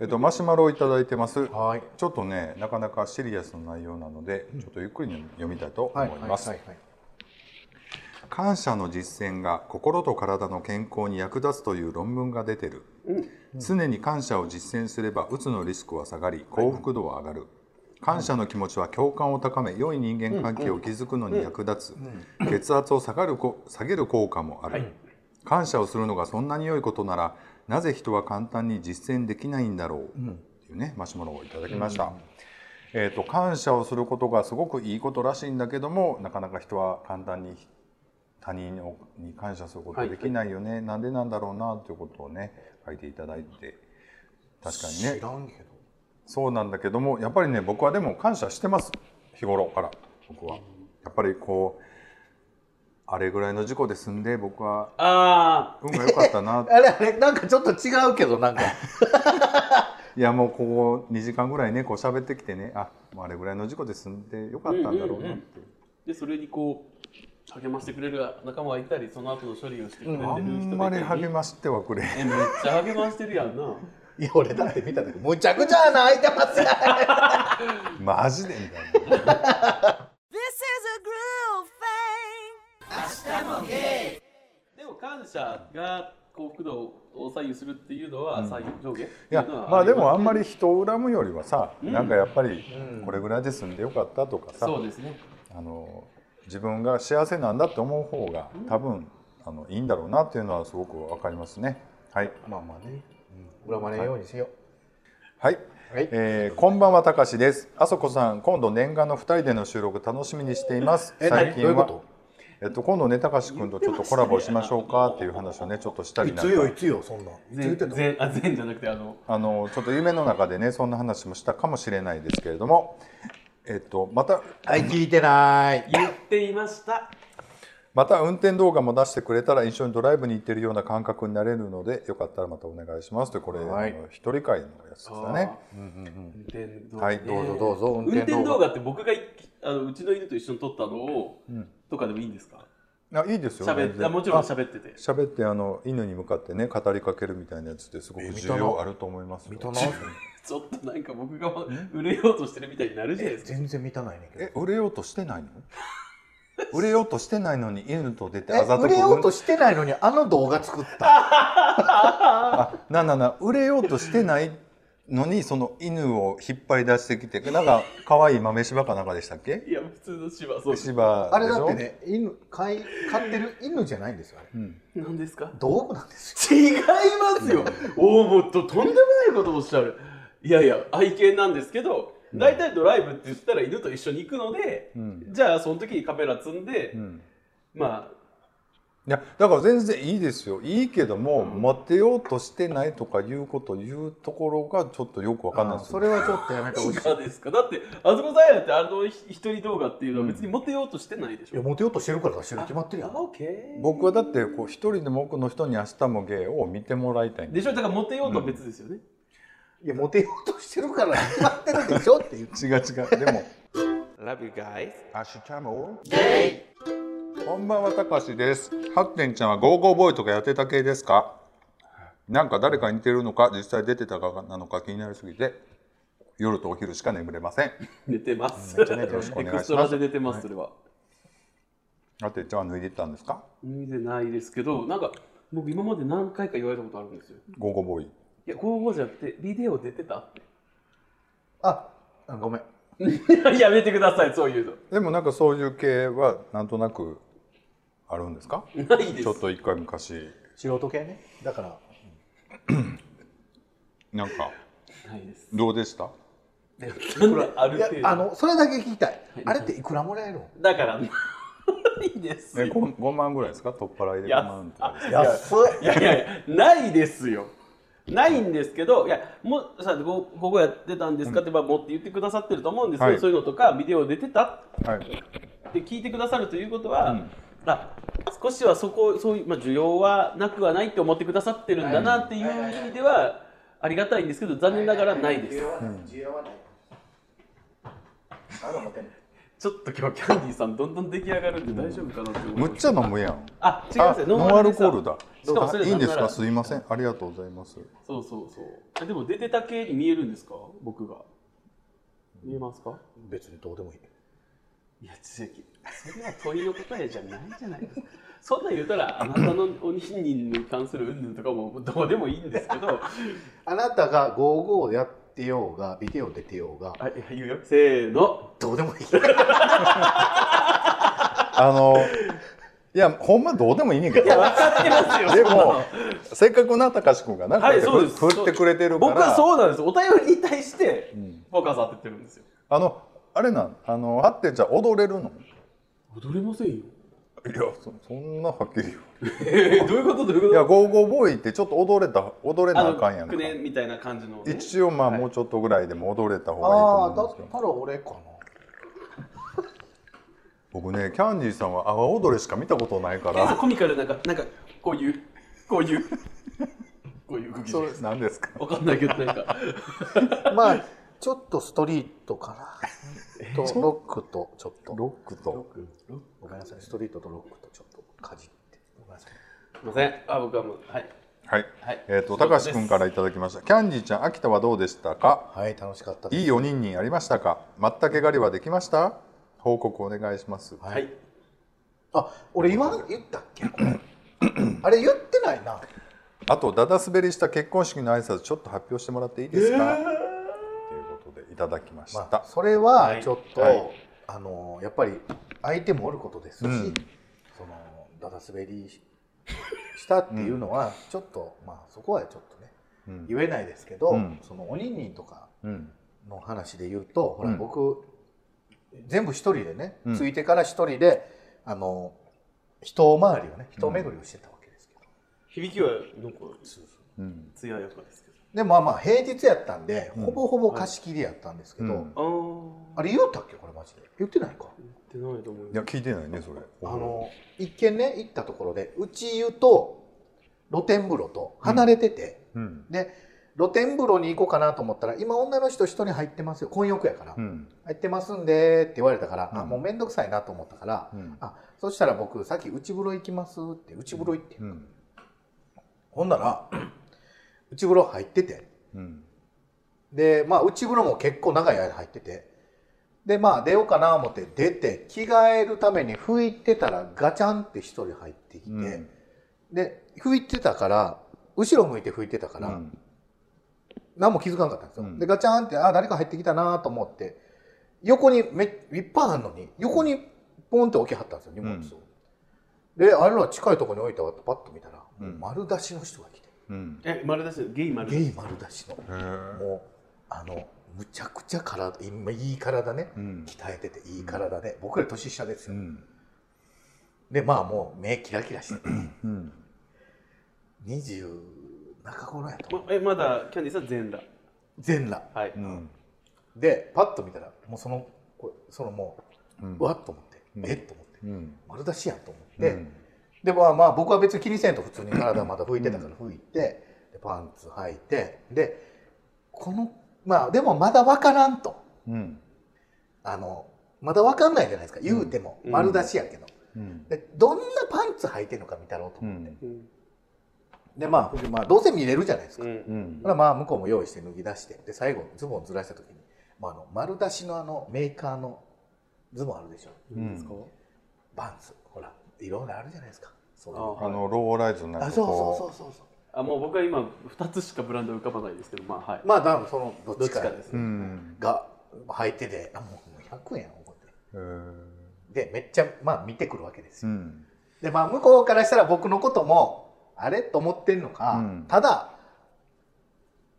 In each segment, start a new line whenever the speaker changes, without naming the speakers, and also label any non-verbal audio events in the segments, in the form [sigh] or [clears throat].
えっと、マシュマロをいただいてます。
はい。
ちょっとね、なかなかシリアスな内容なので、ちょっとゆっくり読みたいと
はい。
思います。
はい。はい
感謝の実践が心と体の健康に役立つという論文が出てる、常に感謝を実践すればうつのリスクは下がり幸福度は上がる、感謝の気持ちは共感を高め良い人間関係を築くのに役立つ、血圧を下がるこ下げる効果もある、感謝をするのがそんなに良いことならなぜ人は簡単に実践できないんだろうっていうねマシュマロをいただきました、えー、と感謝をすることがすごくいいことらしいんだけどもなかなか人は簡単に他人をに感謝することできないよね、なんでなんだろうなということをね書いていただいて確かにね
知らんけど。
そうなんだけどもやっぱりね僕はでも感謝してます日頃から僕はやっぱりこうあれぐらいの事故で済んで僕は
あ
運が良かったなって
あれあれ、なんかちょっと違うけど、 [laughs] なんか。
いやもうこう2時間ぐらいねこう喋ってきてねあもうあれぐらいの事故で済んで良かったんだろうなって、
あでそれにこう励ましてくれる仲間がいたりその後の処理をしてくれてる人
あ
がいたり
んまり励ましてはくれ
えめっちゃ励ましてるやんない
や、俺だって見た時、むちゃくちゃ穴開いてますよ。
マジでみたいな
This is a groove thing.
でも感謝が幸福度を左右するっていうのは最上下、
いやまあでもあんま
り
り人を恨むよりはさ、なんかやっぱりこれぐらいで済んで良かったとかさ、
そうですね
あの自分が幸せなんだって思う方が多分あのいいんだろうなっていうのはすごくわかりますねはい
まあまあね。うん、恨まれんようにしよ
はい、
う。はい。
えーこんばんはたかしですあそこさん今度念願の2人での収録楽しみにしています
え、などういうこと
えっと、今度ねたかし君とちょっとコラボしましょうかっていう話をねちょっとしたり
い
なん
つ
か
よ、いつよ、そんなん。いつ言
全
ってた
全あ全じゃなくてあの
あのちょっと夢の中でねそんな話もしたかもしれないですけれどもえっとまた
はい、聞いてない。
言っていました
また運転動画も出してくれたら一緒にドライブに行ってるような感覚になれるのでよかったらまたお願いしますとこれ、
はい
あの一人会のやつですよね。
運転動
はいどうぞ
どうぞ運
運
転動画
転動画って僕がいあのうちの犬と一緒に撮ったのを、とかでもいいんですか
あいいですよ
喋
全
っ
然
あもちろん喋ってて
喋ってあの犬に向かってね語りかけるみたいなやつってすごく需要あると思いますよ
見たな。
ちょっとなんか僕が売れようとしてるみたいになるじゃないですか
全然見たないねんけど。
え売れようとして
[laughs]
ないの売れようとしてないのに犬と出てあざ
え
とく
売れようと
し
してないのにあの動画作った
あなあなあなあ売れようとしてないのにその犬を引っ張り出してきてなんか可愛い豆柴かなんかでしたっけ
いや普通の芝そうです
芝
あれ
でし
だ
ょ
ってね犬飼い飼ってる犬じゃないんですよあれ
何ですか
道具なんですよ
違いますよおおもっととんでもないことをおっしゃるいやいや愛犬なんですけど大体ドライブって言ったら犬と一緒に行くので、
ん
じゃあその時にカメラ積んで、
ん
ま
いやだから全然いいですよいいけども、待てようとしてないとかいうこと言うところがちょっとよくわかんない
あ
です
そ
よ
れはちょっとやめて
あ
ほ
い
しい
かですかだってあそこさんやってあのひ一人動画っていうのは別にモテようとしてないでし
い
ょ、
やモテようとしてるから知る決まってるやん
オッケー
僕はだってこう一人でも多くの人に「明日も芸」を見てもらいたいんで
でしょだからモテようとは別ですよね、
いやモテようとしてるから決まってるでしょって言って
違う違 [laughs] うでも
Love you guys
明日もこんばんはたかしですハッテンちゃんはゴーゴーボーイとかやってた系ですかなんか誰か似てるのか実際出てたかなのか気になりすぎて夜とお昼しか眠れません
寝てます
ちゃねよろしくお願いします
エクストラで寝てますそれは、
ハッテンちゃんは脱いでたんですか
見てないですけどなんか僕今まで何回か言われたことあるんですよ
ゴーゴーボーイ
いや55じゃなくてビデオ出てたって
ああごめん
[laughs] やめてください、そういう
でもなんかそういう系はなんとなくあるんですか
の。ないです。
ちょっと一回昔
素人系ねだから
なんか
ないです。
どうでした
[laughs] なんである
いや
程度。
あのそれだけ聞きたいあれっていくらもらえるの
だから、 [laughs] いいです
え
よ。
5, 万ぐらいですか取っ払いで
いや
5万とかですか
安
いやいやいや、ないですよ。ないんですけど、いや、もう、さ、こここやってたんですかって、まあ、もって言ってくださってると思うんですけど、
はい
そういうのとか、ビデオ出てた
はい
って聞いてくださるということは、あ少しはそこ、そういう、まあ、需要はなくはないって思ってくださってるんだなっていう意味では、ありがたいんですけど、残念ながらないです。
需要はない
ちょっと今日キャンディーさんどんどん出来上がるんで大丈夫かなって思い
むっ
ます
ちゃ飲むやん
あ違い
あ
ますよ
ノンアルコール
で
だ
しかもそれ
あいいんです
なんな
からすいませんありがとうございます
さそうそうそうあでも出てた系に見えるんですか僕が見えますか
別にどうでもいい。
いや続きそれは問いの答えじゃないじゃないですかそんなん言うたらあなたの鬼人に関する云々とかもどうでもいいんですけど
あなたが55やってようが、ビデオ出てようが、
あいや言うよせーの
どうで [laughs] もいい。
あのいやほんまどうでもいいねんけど
いや分かってます
で
よそんな
も
の
せっかくなたかしくんがなこうやって
はいそうです
ふ振ってくれてるから
僕はそうなんですお便りに対して
ん
フォーカス当ててるんですよ
あのあれなんあのハッテンちゃん踊れるの
踊れませんよ
いやそそんなはっきり言う
えーどういうことどういうこと
いやゴーゴーボーイってちょっと踊れた踊れな
あ
あ
の
かんやんか
9年みたいな感じの、ね、
一応まあもうちょっとぐらいでも踊れた方
あ
がい
あ、
い
だ
と思
っ
うんですけど、
たら俺かな。
僕ねキャンディーさんは阿波踊れしか見たことないか
結構
ら
コミカルなんかなんかこういうこういうこういう動き
そうなんですか
わかんないけどなんか
まあ、ちょっとストリートか [laughs] な。と、ロックと、ちょっと。
ロックと
ごめんなさい、ストリートとロックとちょっとかじって。ごめんなさい。
すいませんあ僕はもうはい
はい、
はい
えっ、と高橋くんからいただきましたキャンディーちゃん秋田はどうでしたか
はい、楽しかったです。
いい4人にありましたかまったけ狩りはできました報告お願いします
はい、
あ、俺言わん、言ったっけ [clears throat] これあれ言ってないな。
あとダダ滑りした結婚式の挨拶ちょっと発表してもらっていいですか、ということでいただきました、
まあ、それは
はい
ちょっと、
はい
あのやっぱり相手もおることですし、
うん
そのだだ滑りししたっていうのはちょっと、まあそこはちょっとね
うん
言えないですけど、
うん
そのおにんにんとか
うん
の話で言うと、ほ
う
ら
ん
僕全部一人でね、
うん
ついてから一人であの人回りをね人巡りをしてたわけですけど、
響きはなんか
うん
艶やかですけど
でまあまあ平日やったんで、
うん
ほぼほぼ貸し切りやったんですけど、
うん
あー
あれ言おったっけこれマジで言ってないか
言ってないと思う
いや聞いてないねそれ
あの一見ね行ったところで内湯と露天風呂と離れてて、
うん
で露天風呂に行こうかなと思ったら今女の人一人入ってますよ混浴やから、
うん
入ってますんでって言われたから、あ
うん
もう面倒くさいなと思ったから、
うん
あそしたら僕さっき内風呂行きますって内風呂行って、
うん
ほんなら [clears throat] 内風呂入ってて
うん
でまあ内風呂も結構長い間入っててでまあ出ようかな思って出て着替えるために拭いてたらガチャンって一人入ってきて、
うん
で拭いてたから後ろ向いて拭いてたから、
うん
何も気づかなかったんですよ、
うん
でガチャンってあ誰か入ってきたなと思って横にめいっぱいあるのに横にポンって置きはったんですよ荷物を、であれら近いところに置いたわってパッと見たら、
うん
もう丸出しの人が来て
うん
え丸出しゲイ丸出
ゲ
し
イ丸出しの
へー
もうあのむちゃくちゃ体今いい体ね
うん
鍛えてていい体で、僕ら年下です
う
よ、
ん
でまあもう目キラキラしてて
うん
20中頃やと
まえまだキャンディーさん全裸
全裸
はい、
うん
でパッと見たらもうそのこれそのも
う
うんうわっと思って、
うん
えっと思って
うん
丸出しやんと思って、
うん
でまあまあ僕は別に気にせんと普通に体まだ拭いてたから拭いて、でパンツ履いてでこのまあでもまだ分からんと
うん
あのまだ分かんないじゃないですか言うても、
うん
丸出しやけど、
うん
でどんなパンツ履いてるのか見たろうと
う
思って、
ん
うん
でまあ、まあどうせ見れるじゃないですか、
う、
うんん
ほらまあ向こうも用意して脱ぎ出してで最後ズボンずらした時に、まあ、あの丸出しのあのメーカーのズボンあるでしょ
いいんですか、
バンズほらいろいろあるじゃないですかそういう
あ
あのローライズにな
あ
る
そう
と
そう
こ
そうそうそう
あもう僕は今2つしかブランド浮かばないですけどまあはい
まあ多分そのど
ど
っ
っ
ち
ち
か
かです
う
ね、
ん
が履いてであもうもう100円思っ
へー
てでめっちゃまあ見てくるわけです
う
よ、
ん
でまあ向こうからしたら僕のこともあれと思ってんのか、
うん
ただ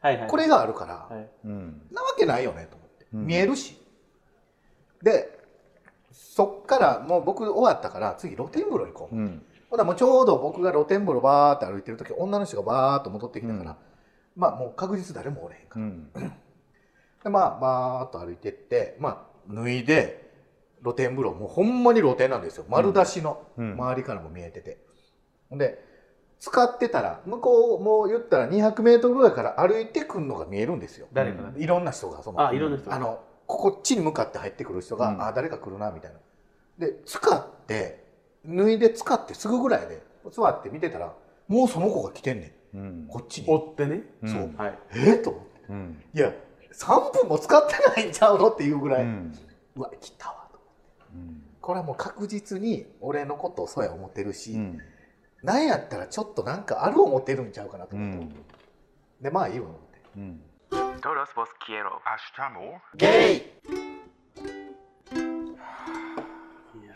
はいはい
これがあるから、
はい
うん
なわけないよねと思って、
うん
見えるしでそっからもう僕終わったから次露天風呂行こう、
うん
ほらもうちょうど僕が露天風呂バーって歩いてる時女の人がバーっと戻ってきたから、
うん
まあもう確実誰もおれへんか
う
ら、
ん
でまあバーっと歩いてってまあ脱いで露天風呂もうほんまに露天なんですよ丸出しの、
うん
周りからも見えててほんで使ってたら向こうもう言ったら2 0 0ルぐらいから歩いてくんのが見えるんですよ
誰かな、
う
いろんな人がその
あいろんな人が
あのこっちに向かって入ってくる人が、
うん
あ誰か来るなみたいなで使って脱いで使ってすぐぐらいで座って見てたらもうその子が来てんね
うん
んこっちに
追ってね。
うん
そう
はい。
えっと思って
うん
いや3分も使ってないんちゃうのっていうぐ
う
らい、うんわ来たわと
うん
これはもう確実に俺のことをそうや思ってるし、
うん
なんやったらちょっとなんかある思ってるんちゃうかなと
う
思って、
ん
でまあいいわ思って
うん
ゲイ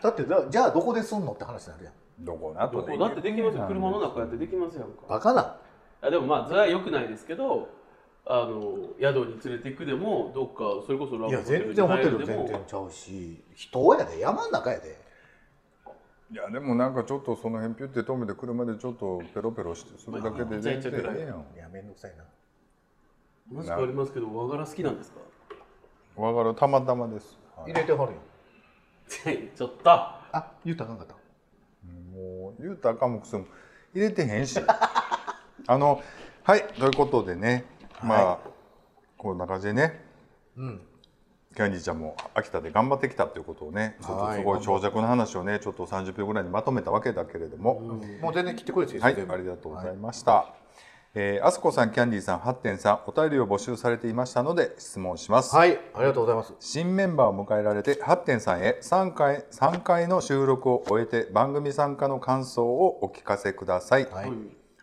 だってだじゃあどこですんのって話になるやん
どこな
ど
と
こだってできますよ。車の中やってできますやんか。
バカな
あでもまあ、それは良くないですけど、あの、宿に連れて行くでも、どっか、それこそラ
い
ブ
や
ホテル
全
に
然ホテ
帰
ル
るで
全然
も、
ちゃうし人やで山の中やで
いやでもなんかちょっとその辺ピュって止めて車でちょっとペロペロしてそれだけで全然ええやん
いやめんどくさいな
マジかありますけど、和柄好きなんですか
わかるたまたまです、はい
入れてはるよ
[laughs] ちょっと
あ言うたらあかんかっ
もう言うたらあかんもくせも入れてへんし [laughs] あのはいということでねまあ、こんな感じでね
たうん
キャンディーちゃんも秋田で頑張ってきたっていうことをねちょっとすご
はい
い長尺の話をねちょっと30秒ぐらいにまとめたわけだけれども、
もう全然切ってくれていい
はい、
全部
ありがとうございました。えーあすこさん、キャンディーさん、8.3、お便りを募集されていましたので質問します。
はいありがとうございます
新メンバーを迎えられて8.3へ3回 ,3 回の収録を終えて番組参加の感想をお聞かせください。
はい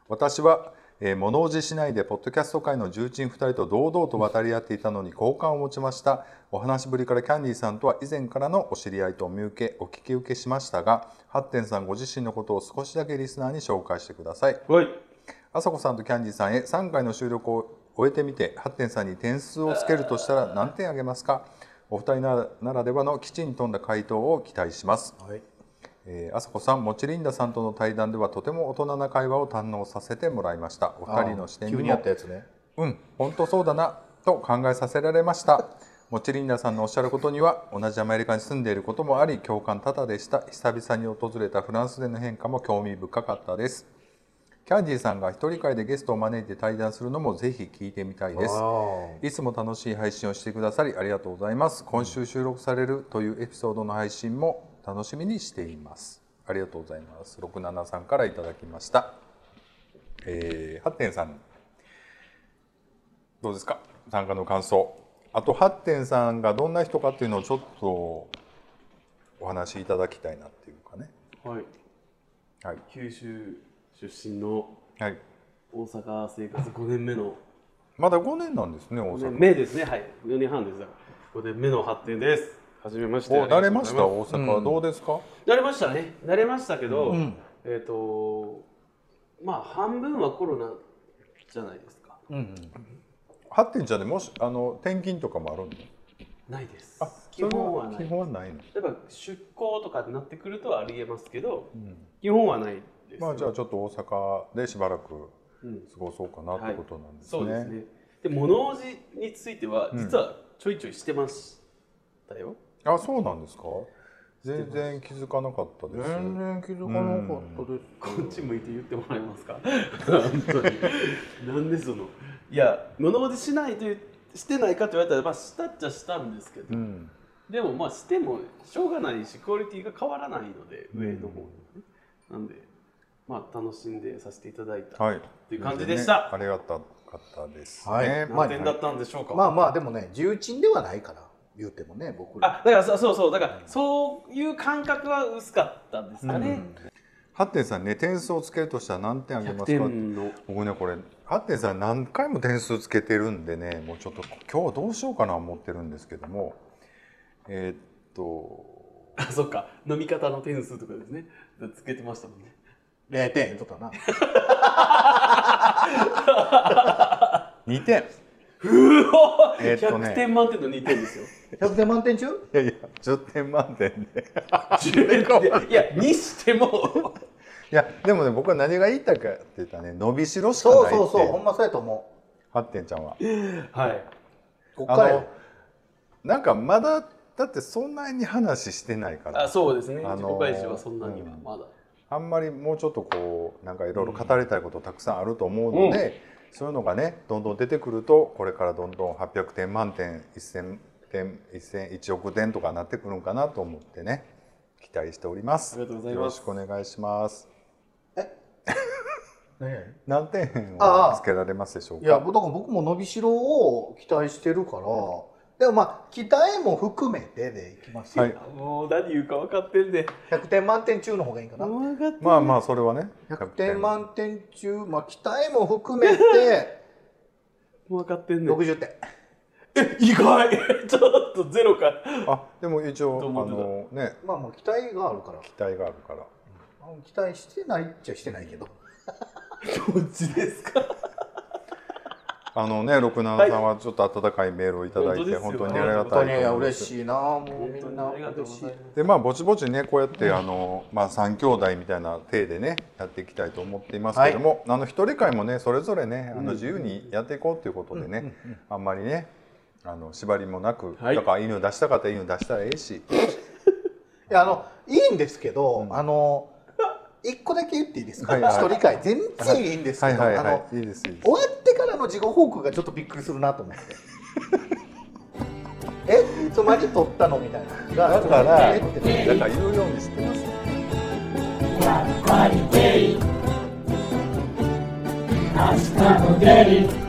私は、えー物おじしないでポッドキャスト界の重鎮2人と堂々と渡り合っていたのに好感を持ちましたお話しぶりからキャンディーさんとは以前からのお知り合いとお見受けお聞き受けしましたがハッテンさんご自身のことを少しだけリスナーに紹介してください
はい。
あさこさんとキャンディーさんへ3回の収録を終えてみて8点さんに点数をつけるとしたら何点あげますかお二人ならならではのきちんとんだ回答を期待します、
はい
えー、あさこさんもちりんださんとの対談ではとても大人な会話を堪能させてもらいましたお二人の視点
急
に
にや
も
ったやつね
うん本当そうだなと考えさせられましたもちりんださんのおっしゃることには同じアメリカに住んでいることもあり共感多々でした久々に訪れたフランスでの変化も興味深かったですキャンディーさんが一人会でゲストを招いて対談するのもぜひ聞いてみたいです
あー
いつも楽しい配信をしてくださりありがとうございます今週収録されるというエピソードの配信も楽しみにしていますありがとうございます67さんからいただきましたえー、8点さんどうですか参加の感想あと8点さんがどんな人かっていうのをちょっとお話しいただきたいなっていうかね
はい。
はい
九州出身の
はい
大阪生活5年目の、
まだ5年なんですね大
5年
阪
目ですね、はい。4年半ですだから。5年目の発展です。はじめまして。
お慣れました
ありがとう
大阪はどうですか、
ございます慣れましたね。慣れましたけど、
うん
えっ、と、まあ、半分はコロナじゃないですか。
うんうん
8点じゃねもしあの転勤とかもあるんで
ないです
あ。
基本はな
それ
い。
基本はないの、
例えば出向とかになってくるとはありえますけど、基本はないです。
まあじゃあちょっと大阪でしばらく
うん
過ごそうかなってことなんですね,、
そうですね。で物おじについては実はちょいちょいしてましたよ。
あそうなんですか全然気づかなかったです
全然気づかなかったです
こっち向いて言ってもらえますか。 [laughs] 本当に。なんでそのいや物おじしないというしてないかと言われたらまあしたっちゃしたんですけど、
うん
でもまあしてもしょうがないしクオリティが変わらないので、上の方にねなんでまあ楽しんでさせていただいた、
はい
っていう感じでした
全然ねありがたかったですね、
はい
ま
何点だったんでしょうか。
まあまあでもね重鎮ではないから言うてもね僕ら
あだからそうそうそうだからそういう感覚は薄かったんですかね。
あ8点さんね点数をつけるとしたら何点あげます
100
か
点の
僕ねこれ8点さん何回も点数つけてるんでねもうちょっと今日どうしようかな思ってるんですけどもえーっと
あ、そっか。飲み方の点数とかですね。つけてましたもんね。
0点とかな
2点
うお
えーっとね
100点満点の2点ですよ。
100点満点 [laughs] 中
いやいや10点満点で
10点。いや、にしても。
いやでもね僕は何が言いたいかって言ったらね伸びしろしかない
そ
っ
う
て
そうそうほんまそうやと思
ハッテンちゃんは
はい。
うこっ
あ
からよ
のなんかまだだってそんなに話してないから
あ、そうですね。
あのー
自己開示はそんなには、まだ。
あんまりもうちょっとこうなんかいろいろ語りたいことたくさんあると思うので、そういうのがねどんどん出てくるとこれからどんどん800点満点1000点1000 1億点とかなってくるんかなと思ってね期待しております
ありがとうござい
よろ
ま
し
す
くお願いします
何々
何点
あ
を
あ
つけられますでしょう
い
か
や、だから僕も伸びしろを期待してるから、でもまあ、期待も含めてでいきますよ。
はい
もう何言うか分かってんで
100点満点中の方がいいかな。
分かって
まあまあそれはね
100点満点中、まあ、期待も含めて
分かってんね
60点。
え意外 [laughs] ちょっとゼロか
あでも一応あ
と思ってた
のね
まあ、もう期待があるから。
期待があるから
期待してないっちゃしてないけど。
どっちですか
あのね六七さんはちょっと温かいメールをいただいて、
はい
本当
本当
に
で
あ
すよ
りが
[laughs] 本当
たい
に
と
いや
思いま
嬉
す
しいな、もうみんな
ありが
嬉
とうご
し
ざいます
い。
でまあぼちぼちねこうやって、あのまあ三兄弟みたいな体でねやっていきたいと思っていますけども、あの一人会もねそれぞれねあの自由にやっていこうということでね、あんまりねあの縛りもなく、
はい
だから犬出したかったら犬出したらええし、
いやあのいいんですけど、
うん
あの一個だけ言っていいですか、
はいはい
一人会全然いいんです
は
け
い
ど、
はい
あの
はいいいですいいです
終わってからの事後報告がちょっとびっくりするなと思って [laughs] えつまり取ったのみたいなのが
だから
えってなる
だから言うようにしてます
デイ明日もデイ